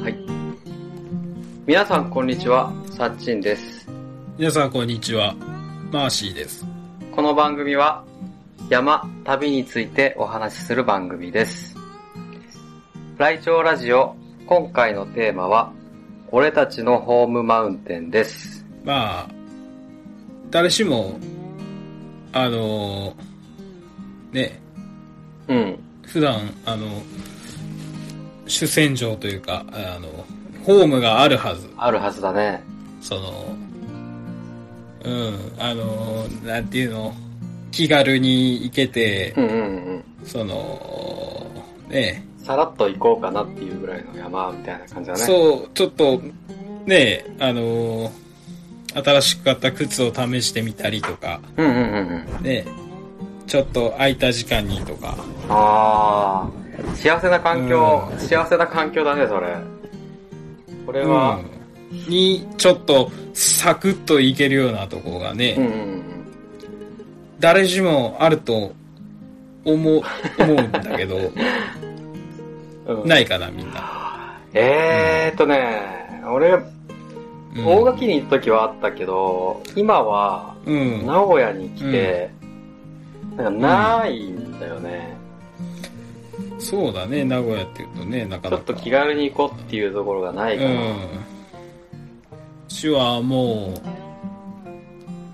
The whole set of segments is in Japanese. はい。皆さん、こんにちは。さっちんです。皆さん、こんにちは。マーシーです。この番組は、山、旅についてお話しする番組です。ライチョウラジオ、今回のテーマは、俺たちのホームマウンテンです。まあ、誰しも、あのーね、うん。普段、あの、主戦場というか、あの、ホームがあるはず。あるはずだね。その、うん、あのーなんていうの、気軽に行けてう、んうんうん。その、ね、さらっと行こうかなっていうぐらいの山みたいな感じだね。う。そう、ちょっと、ね、あのー新しく買った靴を試してみたりとか、うんうんうんうん。ね、ちょっと空いた時間にとか、ああ、幸せな環境、うん幸せな環境だね、それ。これは、うんにちょっとサクッといけるようなとこがね、うん、うんうん、誰しもあると思 う思うんだけど、うん。。ないいかな、みんな。えーっとね、俺、うん大垣に行った時はあったけど、今は、うん。名古屋に来て、なんかないんだよね、そうだね、名古屋って言うとね、なかちょなっか。と気軽に行こうっていうところがないかうな。ん。うちはもう、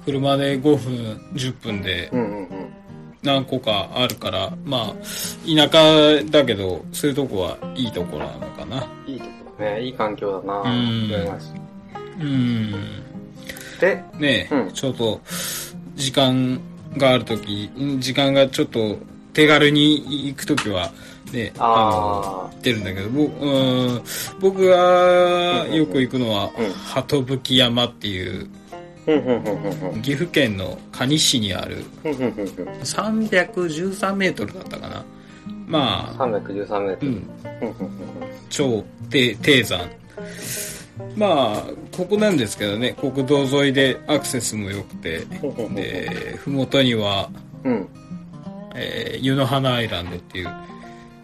車で5分、10分でうん、うん、うん。何個かあるから、まあ、田舎だけど、そういうとこはいいところなのかな。いいところだね。いい環境だなうん思いましたうん。で、ねえ、うんちょっと、時間があるとき、ん時間がちょっと手軽に行くときは、ね、の、あ行ってるんだけど、僕、うん、僕がよく行くのはうん、鳩吹山っていう、ー、うん、うん、うん、うん、うん岐阜県の蟹市にある、うんうんうんうん。 313メートルだったかな。まあ、 313メートル。ううん、んうん超低低山まあここなんですけどね国道沿いでアクセスも良くてうんうんで麓には、うんえー湯の花アイランドっていう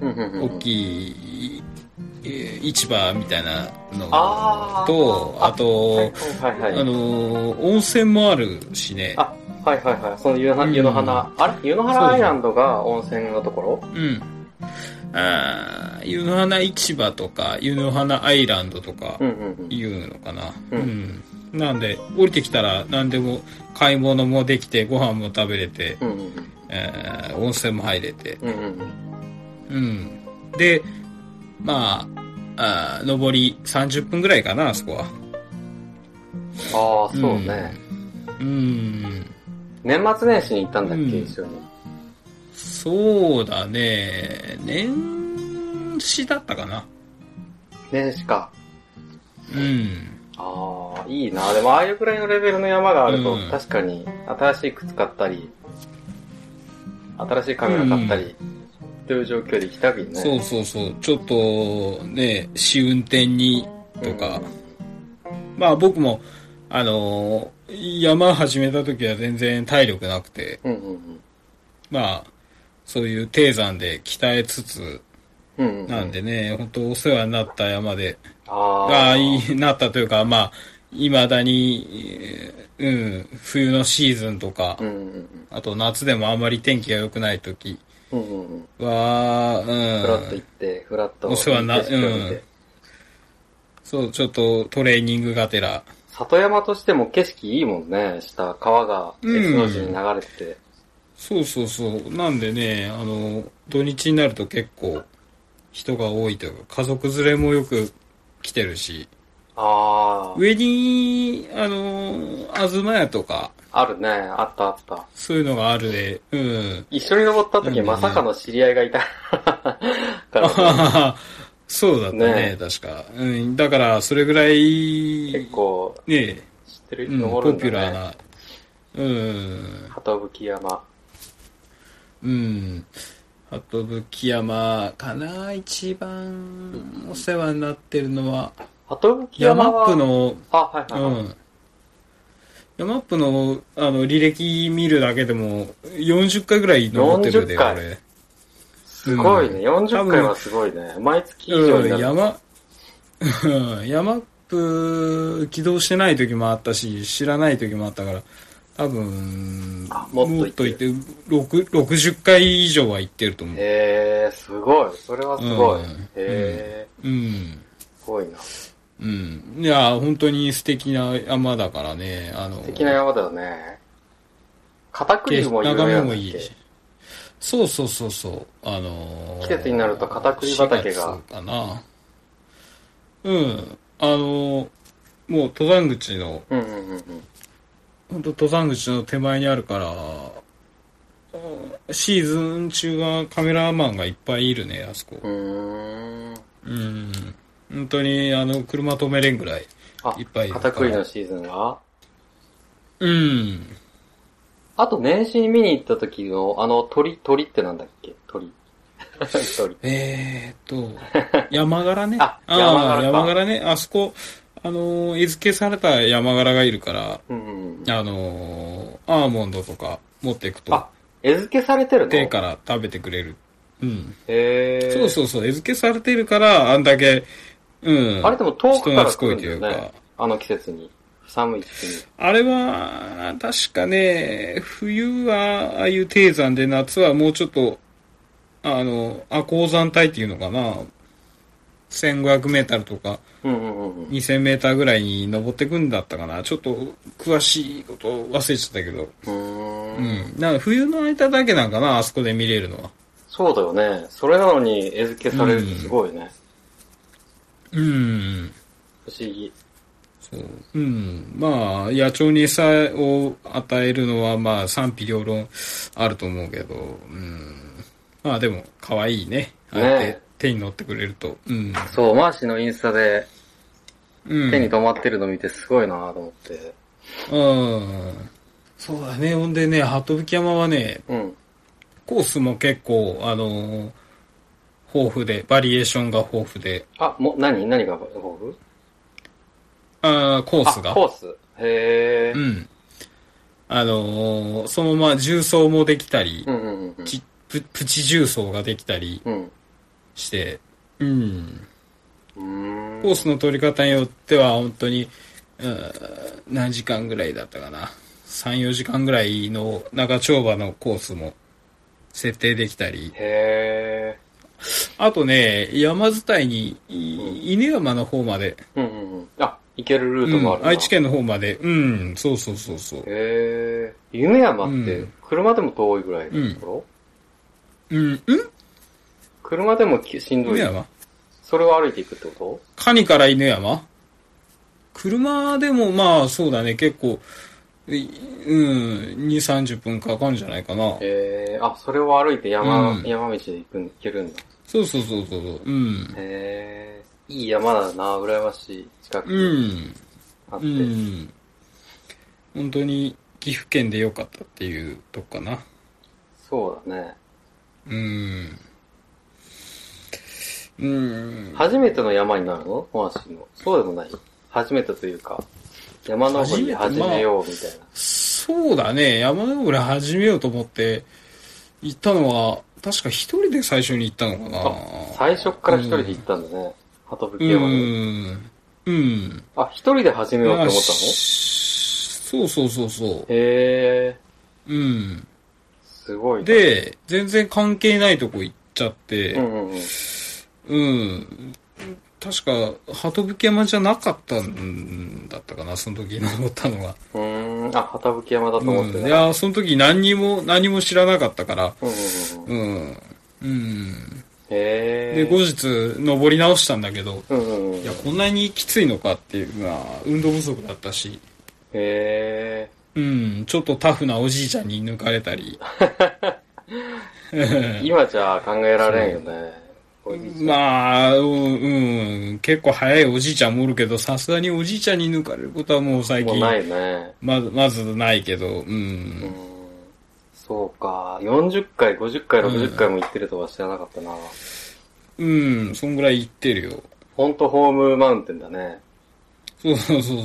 うんうんうんうん大きい、えー市場みたいなのあーとあとはいはあいはい。のー温泉もあるしねあ、はいはいはい。その湯のうん湯の花、あれ湯のそう花そうアイランドが温泉のところうんあー湯の花市場とか湯の花アイランドとか、うんうんうん。言うのかな。ううんん。なんで、降りてきたら何でも買い物もできて、ご飯も食べれて、うんうんえー温泉も入れて。うん。うんうんうん。で、まあ、あー登り30分ぐらいかな、あそこは。ああ、そうね。うん。年末年始に行ったんだっけ、うん一緒に。そうだね。年始だったかな。年始か。うん。ああ、いいな。でも、ああいうくらいのレベルの山があると、うん確かに、新しい靴買ったり、新しいカメラ買ったり、という状況で行きたいよね。そうそうそう。ちょっと、ね、試運転に、とか、まあ僕も、あのー山始めた時は全然体力なくて、うんうんうん。まあ、そういう低山で鍛えつつ、うんうんうん。なんでね、本当お世話になった山で、ああ。が、いなったというか、まあ、未だに、えーうん、冬のシーズンとかう、んうんあと夏でもあまり天気が良くない時うん。うんうんうん。は、フラッとう行ん、って、フラッと。お世話にな景色を見てうんそう、ちょっとトレーニングがてら、里山としても景色いいもんね。下、川が S の字に流れてて。そうそうそう。なんでね、あの、土日になると結構人が多いというか、家族連れもよく来てるし、あ上に、あの、東屋とか、あ、あるね。あったあった。そういうのがあるで、うん。 一緒に登った時、うんまさかの知り合いがい た。からねそうだったねね、確か。うん、だから、それぐらい、結構、ね、知ってるう人ん、ポ登るんだね。ピュラーな、うん、鳩吹山。うん。鳩吹山かな、一番お世話になってるのは、鳩吹ヤ山マは。ップの、あ、はいうはいはい。ん。ヤマップのあの履歴見るだけでも40回ぐらい登ってるで、 40回俺。すごいね。多40分回はすごいね。毎月以上にう、なんる。山、うん山っぷ起動してない時もあったし、知らない時もあったから、多分あ、もっと行ってる行ってる、6 60回以上は行ってると思う。へえー、すごい。それはすごい。うんへえうん。ー、すごいな。うん。いや、本当に素敵な山だからね。あの、素敵な山だよね。片栗景粉色も有名眺めなんもだっいいけし。そうそうそうそう。あのー季節になると片栗畑が4月かな。うん。あのーもう登山口のうんうんうんうん。本当登山口の手前にあるから、シーズン中はカメラマンがいっぱいいるね、あそこう。ーん。うん。本当に、あの、車止めれんぐらい。あ、いっぱいいるから片栗のシーズンはうん。あと年始に見に行った時の、あの鳥、鳥ってなんだっけ鳥。 鳥。えーっと、山柄ね。 あー山柄か山柄ね。あそこ、あのー、餌付けされた山柄がいるから、うんうんうん。あのー、アーモンドとか持っていくとあ、、餌付けされてるの手から食べてくれる。うん。へえー。そうそうそう、餌付けされてるから、あんだけ、うん。あれでも遠くから来るんだ人懐っこいといようねか。あの季節に。寒い時期あれは、確かね、冬はああいう低山で、夏はもうちょっと、あの、あ、高山帯っていうのかな。1500メーターとかに。うんうんうんうん。 2000メーターぐらいに登ってくんだったかな。ちょっと詳しいこと忘れちゃったけど。うー。うんん。なんか冬の間だけなんかな、あそこで見れるのは。そうだよね。それなのに餌付けされるってすごいね。うん。不思議。そう。うん。まあ、野鳥に餌を与えるのは、まあ、賛否両論あると思うけど、うん。まあ、でも、可愛いね。ああやって手に乗ってくれると。うん。そう、マーシーのインスタでうん。手に止まってるの見てすごいなと思って。うん。そうだね。ほんでね、鳩吹山はね、うん。コースも結構、あのー豊富で、バリエーションが豊富で、あ、も、何何が豊富あーコースあが。コース。へうーん。あのーそのまま重曹もできたり、うんうんうんうん。ちププチ重曹ができたり、うん。して、うん。うーん。コースの取り方によっては、本当に、うん何時間ぐらいだったかな。3、4時間ぐらいの長丁場のコースも設定できたり。へあとね、山伝いに、い稲山の方まで、ーうんうんうん。あ、行けるルーうトもあるん、な。愛知。県の方まで、うん、そうそうそうそう。へー夢山っうてん、車でも遠いぐらいのところうん、うん車でもきしんどい稲。山それを歩いていくってこカニから犬山車でもまあそうだね、結構、いうん、2、30分かかるんじゃないかなと。へーあ、それを歩いて山、うん山道で行くん、行けるんだ。そうそうそうそうそう。うん。へーいい山だな、羨ましい近うくにん。あって。うん。本当に岐阜県で良かったっていうとこかな。そうだね。うん。うん。初めての山になるの本足の。そうでもない初めてというか、山登り初め始てまあめようみたいな。そうだね。山登り始めようと思って行ったのは、確か一人で最初に行ったのかな。最初っから一人で行ったんだね。鳩う吹山に。ん。うん。あ、一人で始めようってま思ったのあしそうそうそうそへーう。うん。すごいな、で、全然関係ないとこ行っちゃって、うんうんうん。うん。確か、鳩吹山じゃなかったんだったかな、その時登ったのが。うーん、あ、旗吹山だと思ってうんた。いや、その時何にも、何も知らなかったから。うんうんうんうん。うん。うん。で、へ後ー日、登り直したんだけど、うんうんうん。いや、こんなにきついのかっていうのは、運動不足だったし、へうん、ちょっとタフなおじいちゃんに抜かれたり。ー今じゃ考えられんよね。こういう時期まあ、うん、うん、結構早いおじいちゃんもおるけど、さすがにおじいちゃんに抜かれることはもう最もう近、ないね。まず、まずないけど、う。うんん。そうか。40回、50回、60回も行ってるとは知らなかったな。うん、そんぐらい行ってるよ。ほんとホームマウンテンだね。そうそうそうそう。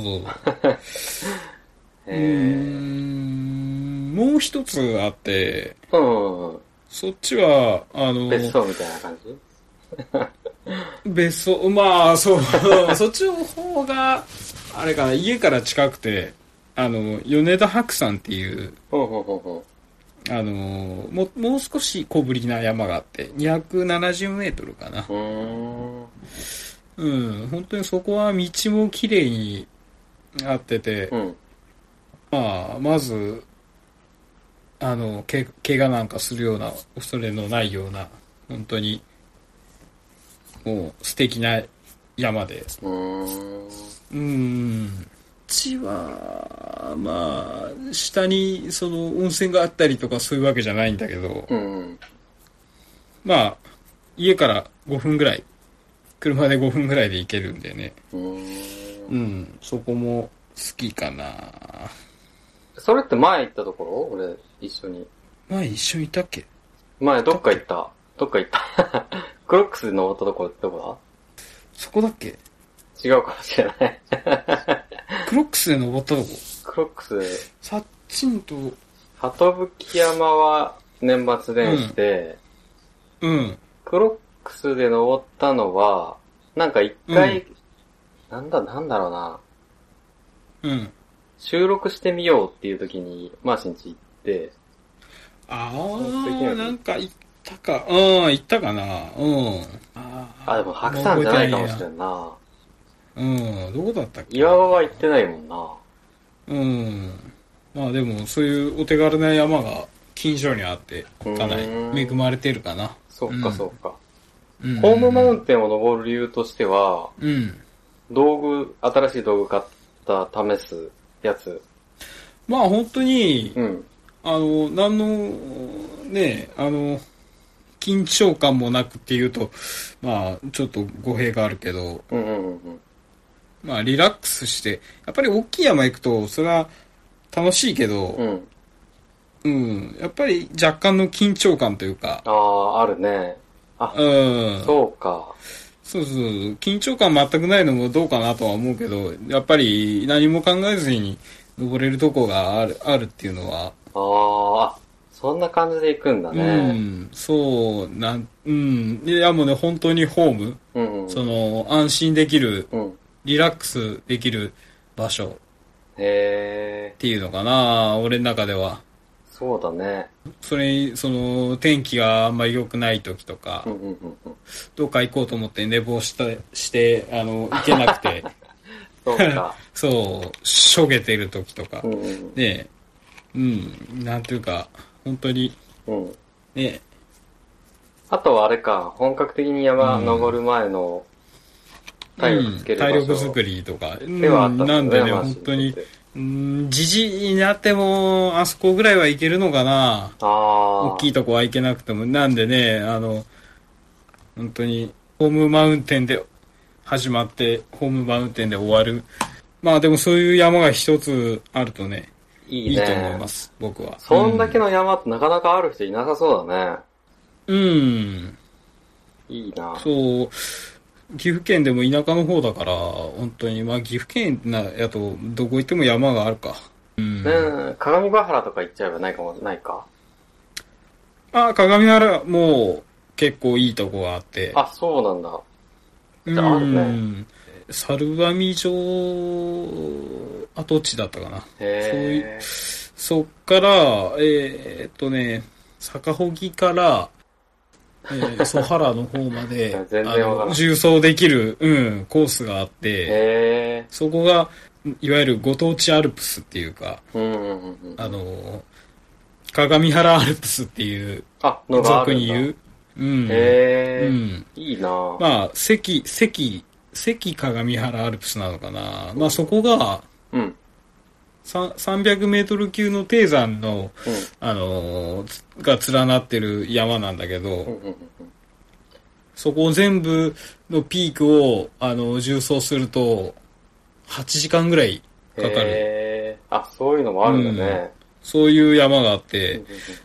うーんもう一つあって、うんうんうん。そっちは、あの、別荘みたいな感じ別荘、まあ、そう、 そっちの方が、あれかな、家から近くて、あの、米田白山っていう、ほうほうほうほあの、もう、もう少し小ぶりな山があって、270メートルかな。う。うーん。うん、本当にそこは道も綺麗にあっててう、ん。まあ、まず、あの、け、怪我なんかするような、恐れのないような、本当に、もう素敵な山で、うーん。うーん。地は、まあ、下にその温泉があったりとかそういうわけじゃないんだけど、うん。まあ、家から5分ぐらい、車で5分ぐらいで行けるんでね。うん。うん、そこも好きかな。それって前行ったところ俺、一緒に。前一緒にいたっけ前、どっか行った。どっか行った。 クロックスで登ったところってどこそこだっけだ違うかもしれ ない。クロックスで登ったとこ。クロックス、サッチンと、鳩吹山は年末年始で、うん。クロックスで登ったのは、なんか一回、なんだ、なんだろうな、うん。収録してみようっていう時に、マーシンチ行って、あ素敵やー、ねなんか行ったか。うん、行ったかな。うん。あーあ、でも白山じゃないかもし覚えてれんな。うん、どこだったっけ岩場は行ってないもんな。うん。まあでも、そういうお手軽な山が近所にあって、うんかなり恵まれてるかな。そっうかんそっか。うんホームマウンテンを登る理由としては、うん。道具、新しい道具買った試すやつ。まあ本当に、うん。あの、何の、ね、あの、緊張感もなくっていうと、まあ、ちょっと語弊があるけど、うんうんうんうん。まあ、リラックスして、やっぱり大きい山行くと、それは楽しいけうど、ん。うん、やっぱり若干の緊張感というか、ああ、あるね。うん、そうか。そうそう、緊張感全くないのもどうかなとは思うけど、やっぱり何も考えずに登れるとこがあるあるっていうのは、あーあ、そんな感じで行くんだうね。ん、そう、なん、うん、いやもうね、本当にホーム、うん。うんうん、その、安心できる、うん。リラックスできる場所へえっ、ていうのかな、俺の中では。そうだね。それに、その、天気があんまり良くない時とかうん、うんうんうん。どっか行こうと思って寝坊した、して、あの、行けな くて、そう か。そう、しょげてる時とかう、んうんねえ、うん、なんていうか、本当に、うん。うん。ねあとはあれか、本格的に山登る前の体力つける場所、うん体力作りとか、うんではあったんだねなんでね、マーシン本にとって当に、うん、じじいになっても、あそこぐらいは行けるのかな。ああ。大きいとこは行けなくても。なんでね、あの、本当に、ホームマウンテンで始まって、ホームマウンテンで終わる。まあでもそういう山が一つあるとね、いいいいね。と思います、僕は。そんだけの山ってなかなかある人いなさそうだね。うん、うんいいな。そう、岐阜県でも田舎の方だから、本当に、まあ岐阜県なやと、どこ行っても山があるか。うん。ねえ鏡ヶ原とか行っちゃえばないかも、ないか。あ、鏡原も結構いいとこがあって。あ、そうなんだ。うじゃああるねん。猿上城跡地だったかな。へえ。そっから、えーっとね、坂穂から、えー、ソハラの方まで、 全然わからんあの縦走できる、うん、コースがあって、へえ。そこが、いわゆるご当地アルプスっていうか、うんうんうんうん。あの、鏡原アルプスっていう、あ、のがあ俗るんだ。に言う。うん。へえ、うんいいなぁ。まあ、関、関、関鏡原アルプスなのかな。まあそこが、うん。うん。さ300メートル級の低山の、あのーつが連なってる山なんだけうんど、うんうんそこを全部のピークを、あの、縦走すると、8時間ぐらいかかる。へーあ、そういうのもあるんだね。そういう山があっうんて、うん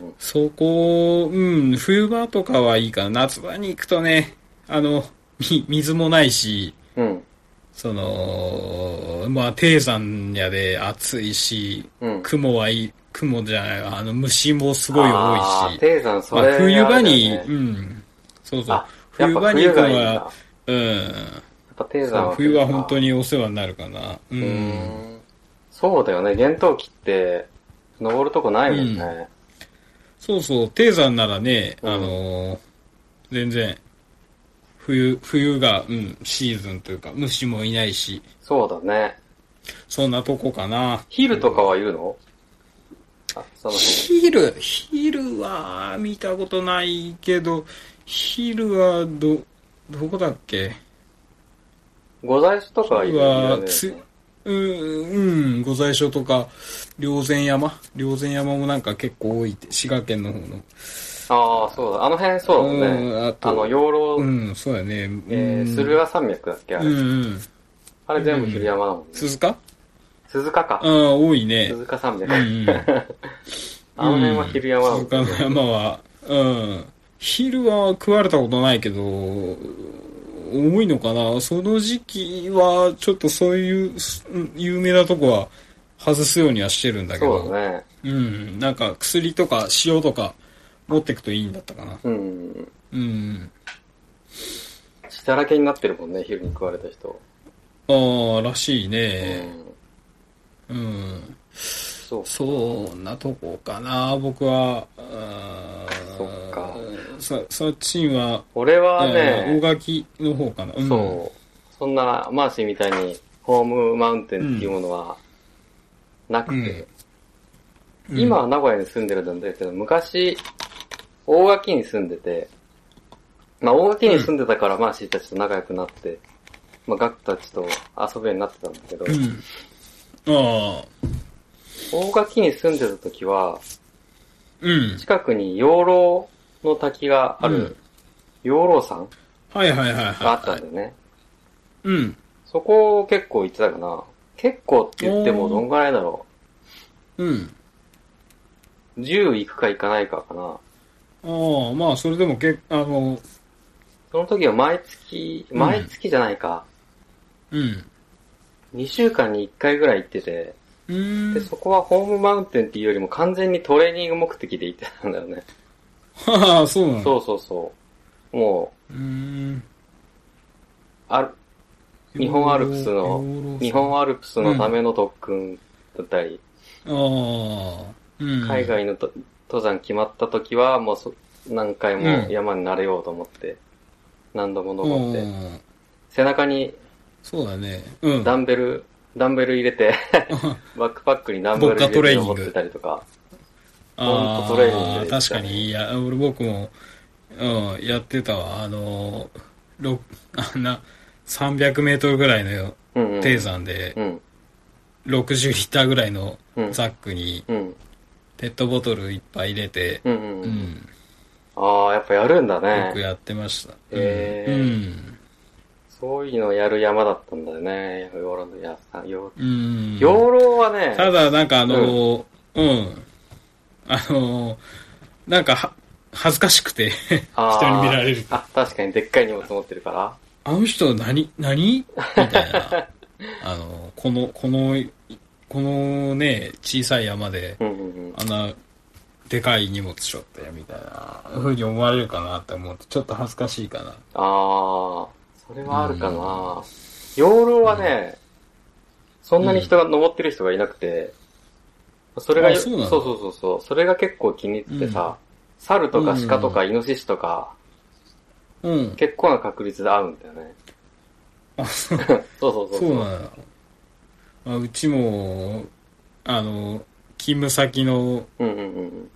うんそこ、うん、冬場とかはいいかな。夏場に行くとね、あの、み水もないし、うん。うん。その、まあ、低山やで暑いし、うん。雲はいい、雲じゃない、あの、虫もすごい多いし、低山そまれ、あ、冬場に、あれだようねん、そうそうあ、やっ冬ぱ場に冬行くがいいのんだ。やは、うん、っぱ低山そうは冬は本当に。にお世話になるかな。う。うんん。そうだよね。厳冬期って、登るとこないもんね。そうそう、低山ならね、うんあのー全然、冬、冬が、うん、シーズンというか、虫もいないし、そうだね。そんなとこかな。ヒルとかはいるのあ、その辺。ヒル、ヒルは見たことないけど、ヒルはど、どこだっけ御在所とかはいるうわいるよねつうん、うん、御在所とか、霊山山霊山山もなんか結構多いって、滋賀県の方の。ああ、そうだ。あの辺そうだね。うんあとあの、養老、うん、そうだね。えうー、ん駿河山脈だっけあうれ。んうん。あれ全部昼山だもんね。鈴鹿鈴鹿あか。あ、多いね。鈴鹿山うんう脈。ん。あの辺は昼山だもんねうん鈴鹿の山は、うん。昼は食われたことないけど、重いのかなその時期は、ちょっとそういう、すうん有名なとこは外すようにはしてるんだけど。そうだね。うん。なんか薬とか塩とか持ってくといいんだったかな。うん。うん。血だらけになってるもんね、昼に食われた人。ああ、らしいうね。ん。うん。そう。そんなとこかな、僕は。あーそっか。そ、そっちは、俺はえー大ね、垣の方かな。んそう。そんな、マーシーみたいに、ホームマウンテンっていうものは、なくて。うん今は名古屋に住んでるんだけど、昔、大垣に住んでて、まあ大垣に住んでたから、まあシーたちと仲良くなって、まあガクたちと遊ぶようになってたんだけど、うん。ああ。大垣に住んでた時は、うん。近くに養老の滝がある、うん養老山はいはいはいはい。があったんだよね。うん。そこを結構行ってたかな。結構って言ってもどんぐらいだろうん。う。10行くか行かないかかな。ああ、まあ、それでもけ、あの、その時は毎月、うん毎月じゃないか、うん。 2週間に1回ぐらい行ってて、うーで、ん。そこはホームマウンテンっていうよりも完全にトレーニング目的で行ってたんだよね。はあ、そうなのそうそうそう。もう、うーん。ある、日本アルプスのの日本アルプスのための特訓だったり、ああ、うん。海外のと登山決まった時はもうそ何回も山になれようと思って、何度も登って、うん背中にそうだね。うん。 ダンベル、ダンベル入れて、 バックパックにダンベル牧歌入トれレーてニング登ってたりとか、あほんとあトレーニングで確かに、いや、俺僕も、うん、やってたわ。あの、ろあんな、300メートルぐらいのようんうん。低山で、うん。 60リッターぐらいのうんザックに、うん。ペットボトルいっぱい入れて、うんうんう、うんん。ああ、やっぱやるんだよくね。やってました。へーそういうのをやる山だったんだよね。養老のやさ養うん。うん。養老はね、ただ、なんかあの、うん、あの、なんかは、恥ずかしくて、あー人に見られるあ、確かにでっかい荷物持ってるから。あの人何、何みたい な。あの、この、この、このね、小さい山で、うんうんうん。あんな、でかい荷物しょって、みたいな、ふうに思われるかなって思って、ちょっと恥ずかしいかな。ああ、それはあるかな。養老はね、そんなに人が登ってる人がいなくて、それがあよ、そうなんだそうそうそうそう、それが結構気に入ってさ、猿とか鹿とかイノシシとか、うん。結構な確率で会うんだよ ね。あ、そうそうそうそうそうなの。まあ、うちも、あの、勤務先の、うんうんうん。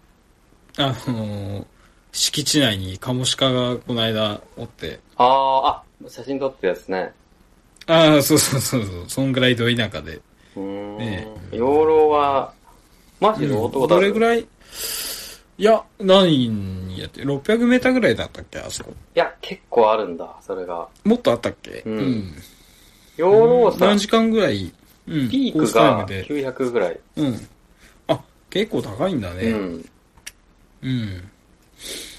あの、敷地内にカモシカがこの間おって、ああ、あ、写真撮ったやつね。ああ、そうそうそうそう、そんぐらいど田舎で。うーん。ね養老は、マジで男だ、どれぐいらいいや、何やって、600メーターぐらいだったっけあそこ。や、結構あるんだ、それが。もっとあったっけうん。養老さ何ん、時間ぐらい、うん、ピーコクースタイがムで。 900ぐらい。うん。あ、結構高いんだうね。ん。うん。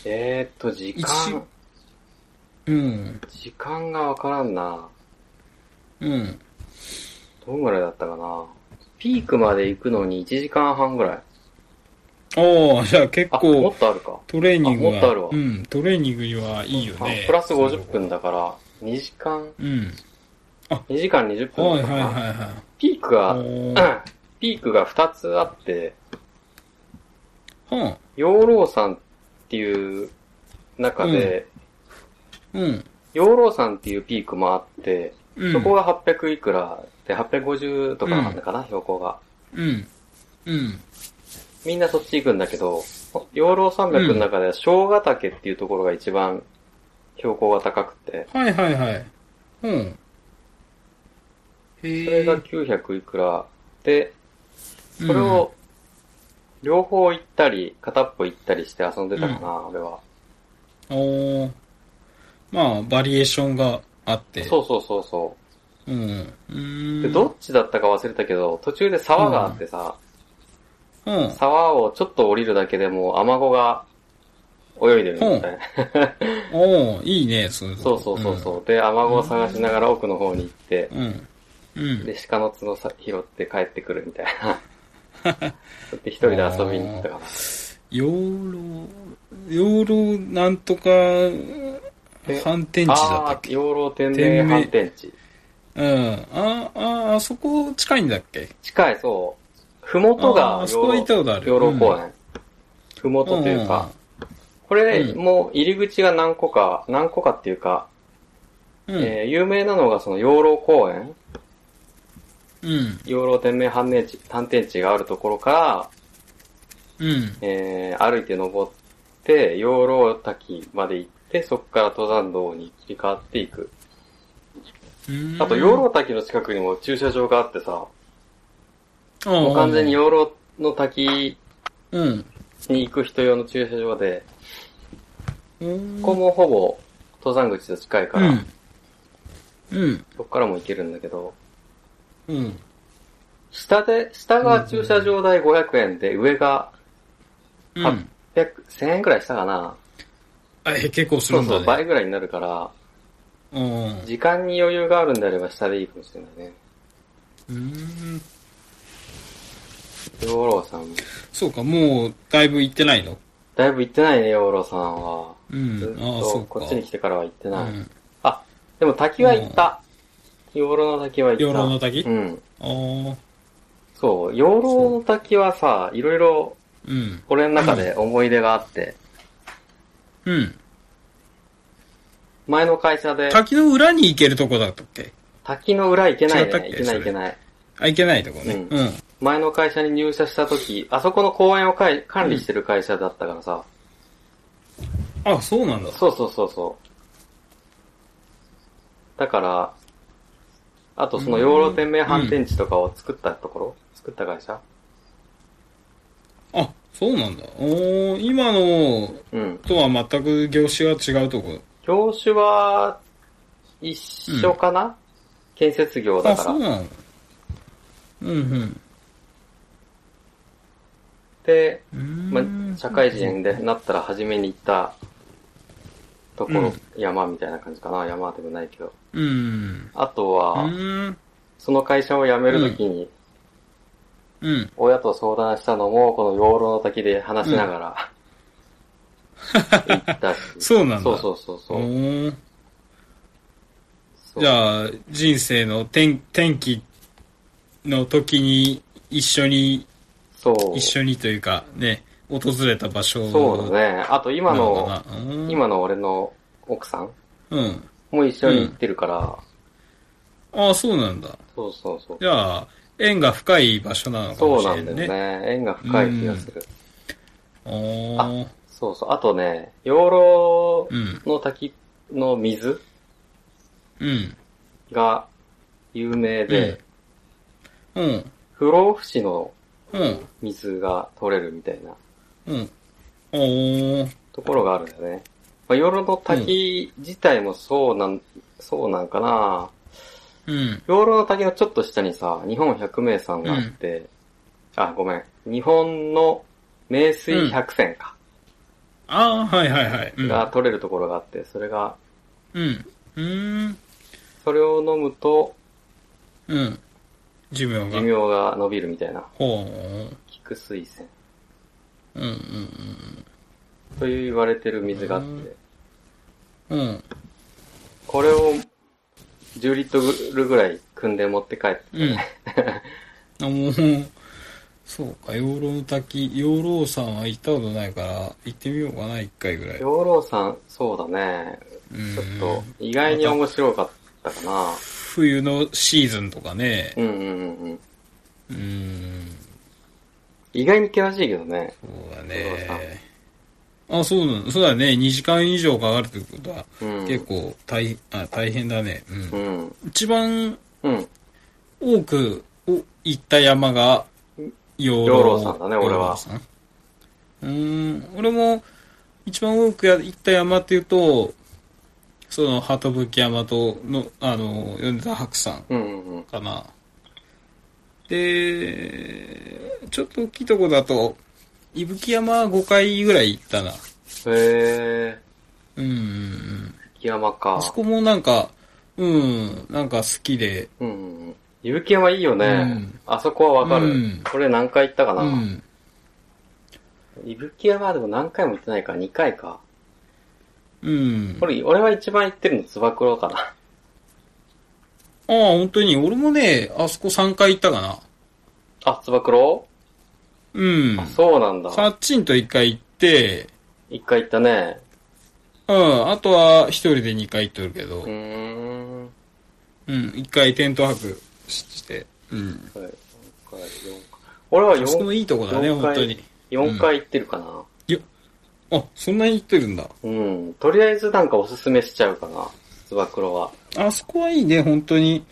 えーっと、時間、一時うん。間がわからんな。うん。どんぐらいだったかなピークまで行くのに1時間半ぐらい。ああ、じゃあ結あ、も構っとあるか。トレーニングあもっとあるはわ、うん、トレーニングにはいいよあね。プラス50分だから、2時間、うん。 2時間20分はいだったかはいなはいはピークい。が、おー ピークが2つあって、はあ、養老山っていう中で、うん。養老山っていうピークもあって、うん。そこが800いくらで、850とかなんだかな、標高が。うん。うん。みんなそっち行くんだけど、養老山脈の中では生姜岳っていうところが一番標高が高くて、はいはいはい。うん。へえ。それが900いくらで、それを両方行ったり、片っぽ行ったりして遊んでたかな、俺は。うん、おーまあ、バリエーションがあって。そうそうそうそう。う。うん。うーん。で、どっちだったか忘れたけど、途中で沢があってさ、うん。沢をちょっと降りるだけでも、アマゴが泳いでるみたいな。おーいいね、そういうとそこうそうそうそう。で、アマゴを探しながら奥の方に行って、うん。うん。うん。で、鹿の角さ拾って帰ってくるみたい な。そうやって一人で遊びに行ったかな。養老、養老なんとか、え反転地だったああっけー、養老天然反転地。うん。ああ、あそこ近いんだっけ近い、そう。ふもとあーがあそ養こは行ったこ老とある。養老公園。ふもとというか、これ、うんもう入り口が何個か、何個かっていうか、うん。うん。えー有名なのがその養老公園、うん。養老天明反転地、反転地があるところから、うん。えー歩いて登って、養老滝まで行って、そこから登山道に切り替わっていく。うんあと、養老滝の近くにも駐車場があってさ、ももう完全に養老の滝うん。に行く人用の駐車場で、うん。ここもほぼ登山口と近いから、うん。うん。そこからも行けるんだけど、うん。下で、下が駐車場代500円で、上がうはん。 100 1000円くらいしたかな。あ、え、結構すそるうんそう、だね。倍ぐらいになるから、うん。時間に余裕があるんであれば下でいいかもしれないね。うん。養老さんも。そうか、もう、だいぶ行ってないのだいぶ行ってないね、養老さんは。うんずっ。ああ、そうとか。こっちに来てからは行ってうない。ん。あ、でも滝は行った。養老の滝は行った。養老の滝あうん。あー。そう、養老の滝はさ、いろいろうん。俺の中で思い出があって、うん。前の会社で滝の裏に行けるとこだったっけ滝の裏行けない違ったっけね。行けないそれ行けない。あ、行けないとこね。ううん。前の会社に入社した時、あそこの公園をかい管理してる会社だったからさ、あ、そうなんだ。そうそうそうそう。だから、あとその養老天命反転地とかを作ったところ、作った会社あ、そうなんだ。おー今のうん。とは全く業種が違うとこ。業種は一緒かな、建設業だあ、かそうら。なのうんうんで、うーん。ま、社会人でなったら初めに行ったところ、うん山みたいな感じかな山でもないけど。うん。あとうは、ーん。その会社を辞めるときに、うん。。親と相談したのも、この養老の滝で話しながら、行ったし そうなんだ。そうそうそうそおう。ーそうじゃあ、人生の転転機の時に一緒に、そう。一緒にというか、ね、訪れた場所そうだね。あと今なのの、かな。うん今の俺の奥さんうん。も一緒に行ってるから、ああ、そうなんだ。そうそうそう。じゃあ、縁が深い場所なのかそもうしなれんだないよね。ね。縁が深い気がする。おーそうそう。あとね、養老うん。の滝の水うん。が有名で、うん。不老不死のうん。水が取れるみたいなうん。おー。ところがあるんだよね。まあ、養老の滝自体もそうなん、そうなんかなうん。養老の滝のちょっと下にさ、日本百名山があって、あ、ごめん。日本の名水百選か、ああ、はいはいはい。うん。が取れるところがあって、それが、うん。うーん。それを飲むと、うん。寿寿命が。命が伸びるみたいな。ほ菊水泉う。うんうんという言われてる水があって、うんうん。うん。これを10リットルぐらい汲んで持って帰って、 うん。あ、もう、そうか、養老滝、養老山は行ったことないから、行ってみようかな、一回ぐらい。養老さん、そうだね。うんちょっと、意外に面白かったかな。冬のシーズンとかね。うんうんうんうん。うん。意外に険しいけどね。そうだ養老ね。あ、そうなの。そうだね。2時間以上かかるってことは、うん。結構大、あ大変だね。うん。うん。一番うん。多くお行った山が養養老山だね俺は養老山うーん、俺も一番多くや行った山っていうと、その、鳩吹山との、あの、米田白山うんうんうん。かな。で、ちょっと大きいとこだと、伊吹山5回ぐらい行ったな。へえ。うんうんうん。雪山かあ。そこもなんか、うん、なんか好きで、うんうんうん。伊吹山いいよね。うんあそこはわかる。うん俺何回行ったかうな。ん。伊吹山はでも何回も行ってないから2回か。うん。これ、俺は一番行ってるのつば九郎かな。ああ、本当に。俺もね、あそこ3回行ったかな。あ、つば九郎うん。あ、そうなんだ。サッチンと1回行って、一回行ったね。うん、あとは1人で2回行っとるけど、ううん、ーん。 1回テント泊しして、うはん。い、3回、4回。俺はあそこも4いいとこだね、四本回当に。四回行ってるかな。あ、そんなに行ってるんだ。うん。とりあえずなんかおすすめしちゃうかな。つば九郎は。あそこはいいね、本当に。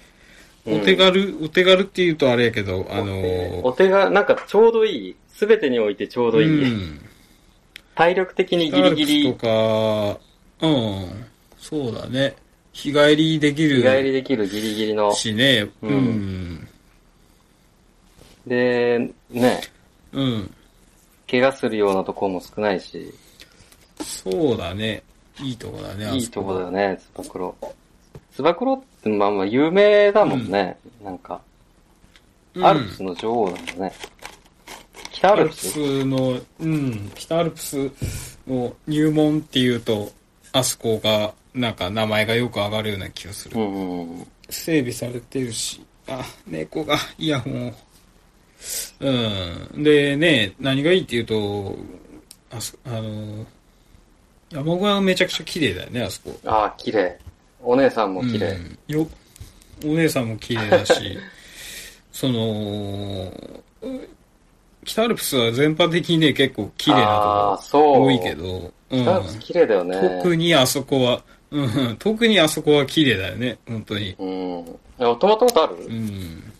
うんお手軽、お手軽って言うとあれやけど、あのお手が、なんかちょうどいい。すべてにおいてちょうどいい。うん。体力的にギリギアリルプスとか、うん、そうだね。日帰りでき日帰りるできるギリギリの。しね、うんうん。で、ね、うん。怪我するようなとこも少ないし、そうだね。いいとこだね、いいとこだあよね、つば九郎。つば九郎ってまあまあ有名だもんね。なんか、そこアルプスの女王なんだね。北アルプスうんアルプスの、うん、北アルプスの入門っていうと、あそこが、なんか名前がよく上がるような気がする。うんうんうん。整備されてるし、あ、猫がイヤホンを。うん。でね、何がいいっていうと、あそ、あの、山小屋がめちゃくちゃ綺麗だよね、あそこ。ああ、綺麗。お姉さんも綺麗。うんよ、お姉さんも綺麗だ し、その、北アルプスは全般的にね、結構綺麗ああなー、とそう。こ多いけ。ど、うん北アルプス綺麗だよね。特にあそこは、うん、特にあそこは綺麗だよね、本当に。うん。あ泊まったことある、うん。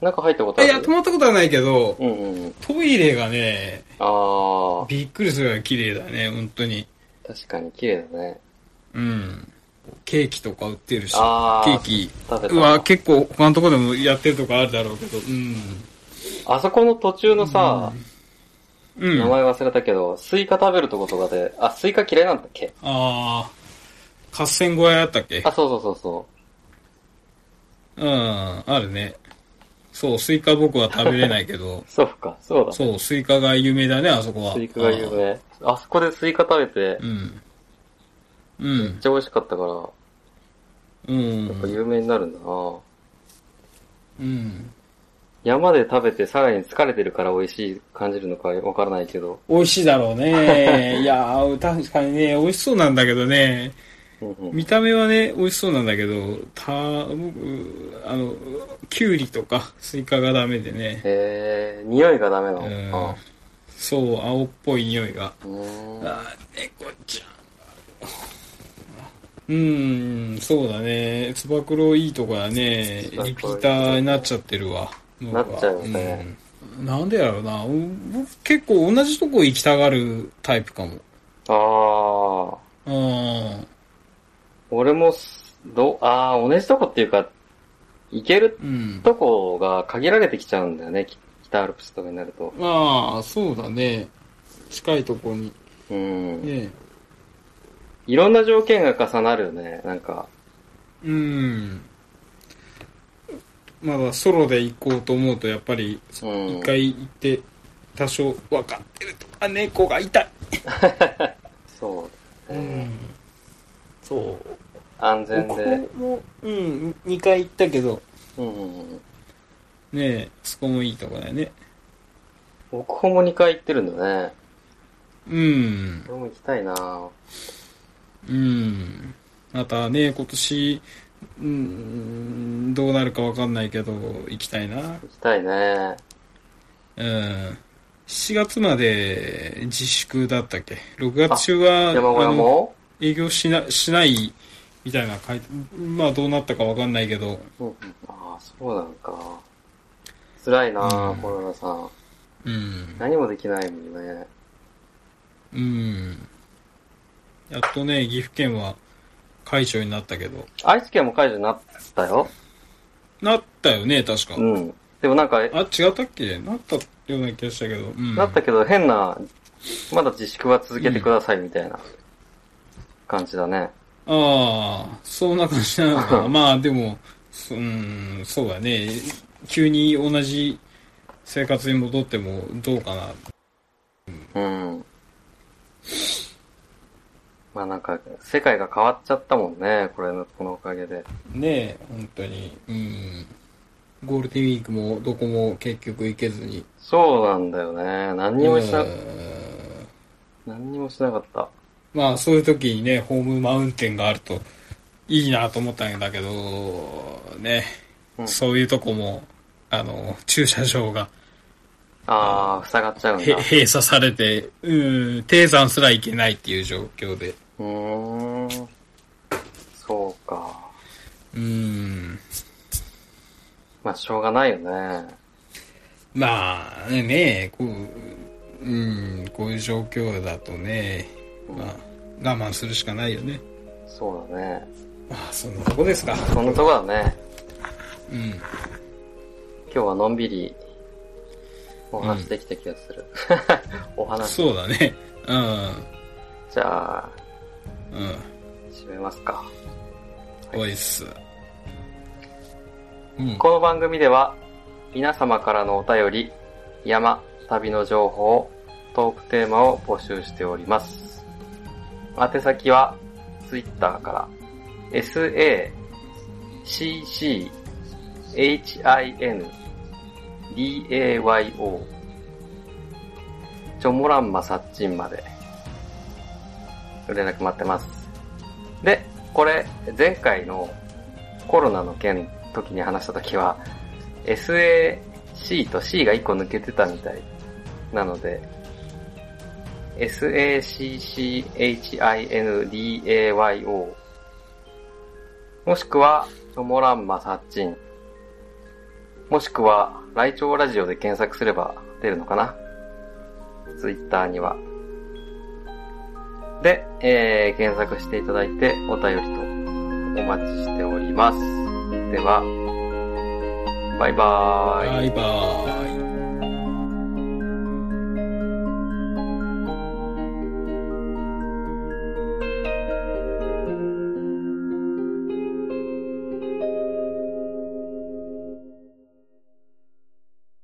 中入ったこといあるや、泊まったことはないけど、うんうんうん。トイレがね、ああ、びっくりするぐらい綺麗だね、本当に。確かに綺麗だね。うん。ケーキとか売ってるし、ケあーーキ食べたは結構他のとこでもやってるとこあるだろうけど、うん。あそこの途中のさ、うん。名前忘れたけど、スイカ食べるとことかで、あ、スイカ嫌いなんだっけああ、合戦小屋あったっけあ、そうそうそうそうん、あるね。そう、スイカ僕は食べれないけど 、う。そうか、そうだ。スそう、スイカが有名だね、あそこは。イカが有名。あそこでスイカ食べて、うめっん。うちん。ゃ美味しかったから、うん。やっぱ有名になるんだなうん。山で食べてさらに疲れてるから美味しい感じるのかわからないけど。美味しいだろう ね。いやー、確かにね、美味しそうなんだけどね。うんうん見た目はね、美味しそうなんだけど、た、僕、あの、キュウリとかスイカがダメでね。えー、匂いがダメなうのん。そう、青っぽい匂いが。うん。うーんあー猫ちゃん。うーん、そうだね。つば九郎いいとこだね。リつば九郎いいとピこーターになっちゃってるわ。なっちゃうよねうん。なんでやろうな。僕結構同じとこ行きたがるタイプかも。ああ。うん。俺もす、ど、ああ、同じとこっていうか、行けるうん。とこが限られてきちゃうんだよね、き北アルプスとかになると。まあ、そうだね。近いとこに。うん。ね。いろんな条件が重なるよね、なんか。うん。まだソロで行こうと思うと、やっぱり、うん一回行って、多少分かってるとか、猫が痛い。そう、うねん。そう。安全僕で。も、うん、2回行ったけど、うんうんうん。ねえ、そこもいいとこだよね。僕も2回行ってるんだよね。うん。俺も行きたいなうん。またね、今年、うん、どうなるかわかんないけど、行きたいな。行きたいねうん。7月まで自粛だったっけ ?6 月中は、山小屋の、も営業しな、しない、みたいな書いて、まあどうなったかわかんないけど、うんうんああ、そうなんか。辛いなあうんコロナさん。うん。何もできないもんね。うん。やっとね、岐阜県は解除になったけど、愛知県も解除になったよ。なったよね、確か。うん。でもなんか、あ、違ったっけなったような気がしたけど。うん。なったけど変な、まだ自粛は続けてくださいみたいな感じだね。ああ、そんな感じなの かな。まあでも、そうん、そうだね。急に同じ生活に戻ってもどうかな。うん。まあなんか、世界が変わっちゃったもんね。これの、このおかげで。ねえ、本当に。うん。ゴールデンウィークもどこも結局行けずに。そうなんだよね。何にもしな、うん何にもしなかった。まあそういう時にね、ホームマウンテンがあるといいなと思ったんだけど、ね、うんそういうとこも、あの、駐車場がああ、塞がっちゃうんへ だ。閉鎖されて、うん、低山すら行けないっていう状況で。うーん。そうか。うん。まあ、しょうがないよね。まあ、ねこう、うん、こういう状況だとね、まあ、我慢するしかないよね。そうだね。まあ、そんなとこですか。そんなとこだね。うん。今日はのんびりお話できた気がする。 お話。そうだね。うん。じゃあ、うん。締めますか。おいっす。うん。この番組では皆様からのお便り、山、旅の情報、トークテーマを募集しております。宛先は Twitter から sacchindayo チョモランマサッチンまで連絡待ってます。で、これ前回のコロナの件時に話した時は、SAC と C が1個抜けてたみたい。なので、SACCHINDAYO もしくは、チョモランマサッチン。もしくは、ライチョウラジオで検索すれば出るのかなツイッターには。で、えー、検索していただいてお便りとお待ちしております。では、バイバーイ。バイバーイ。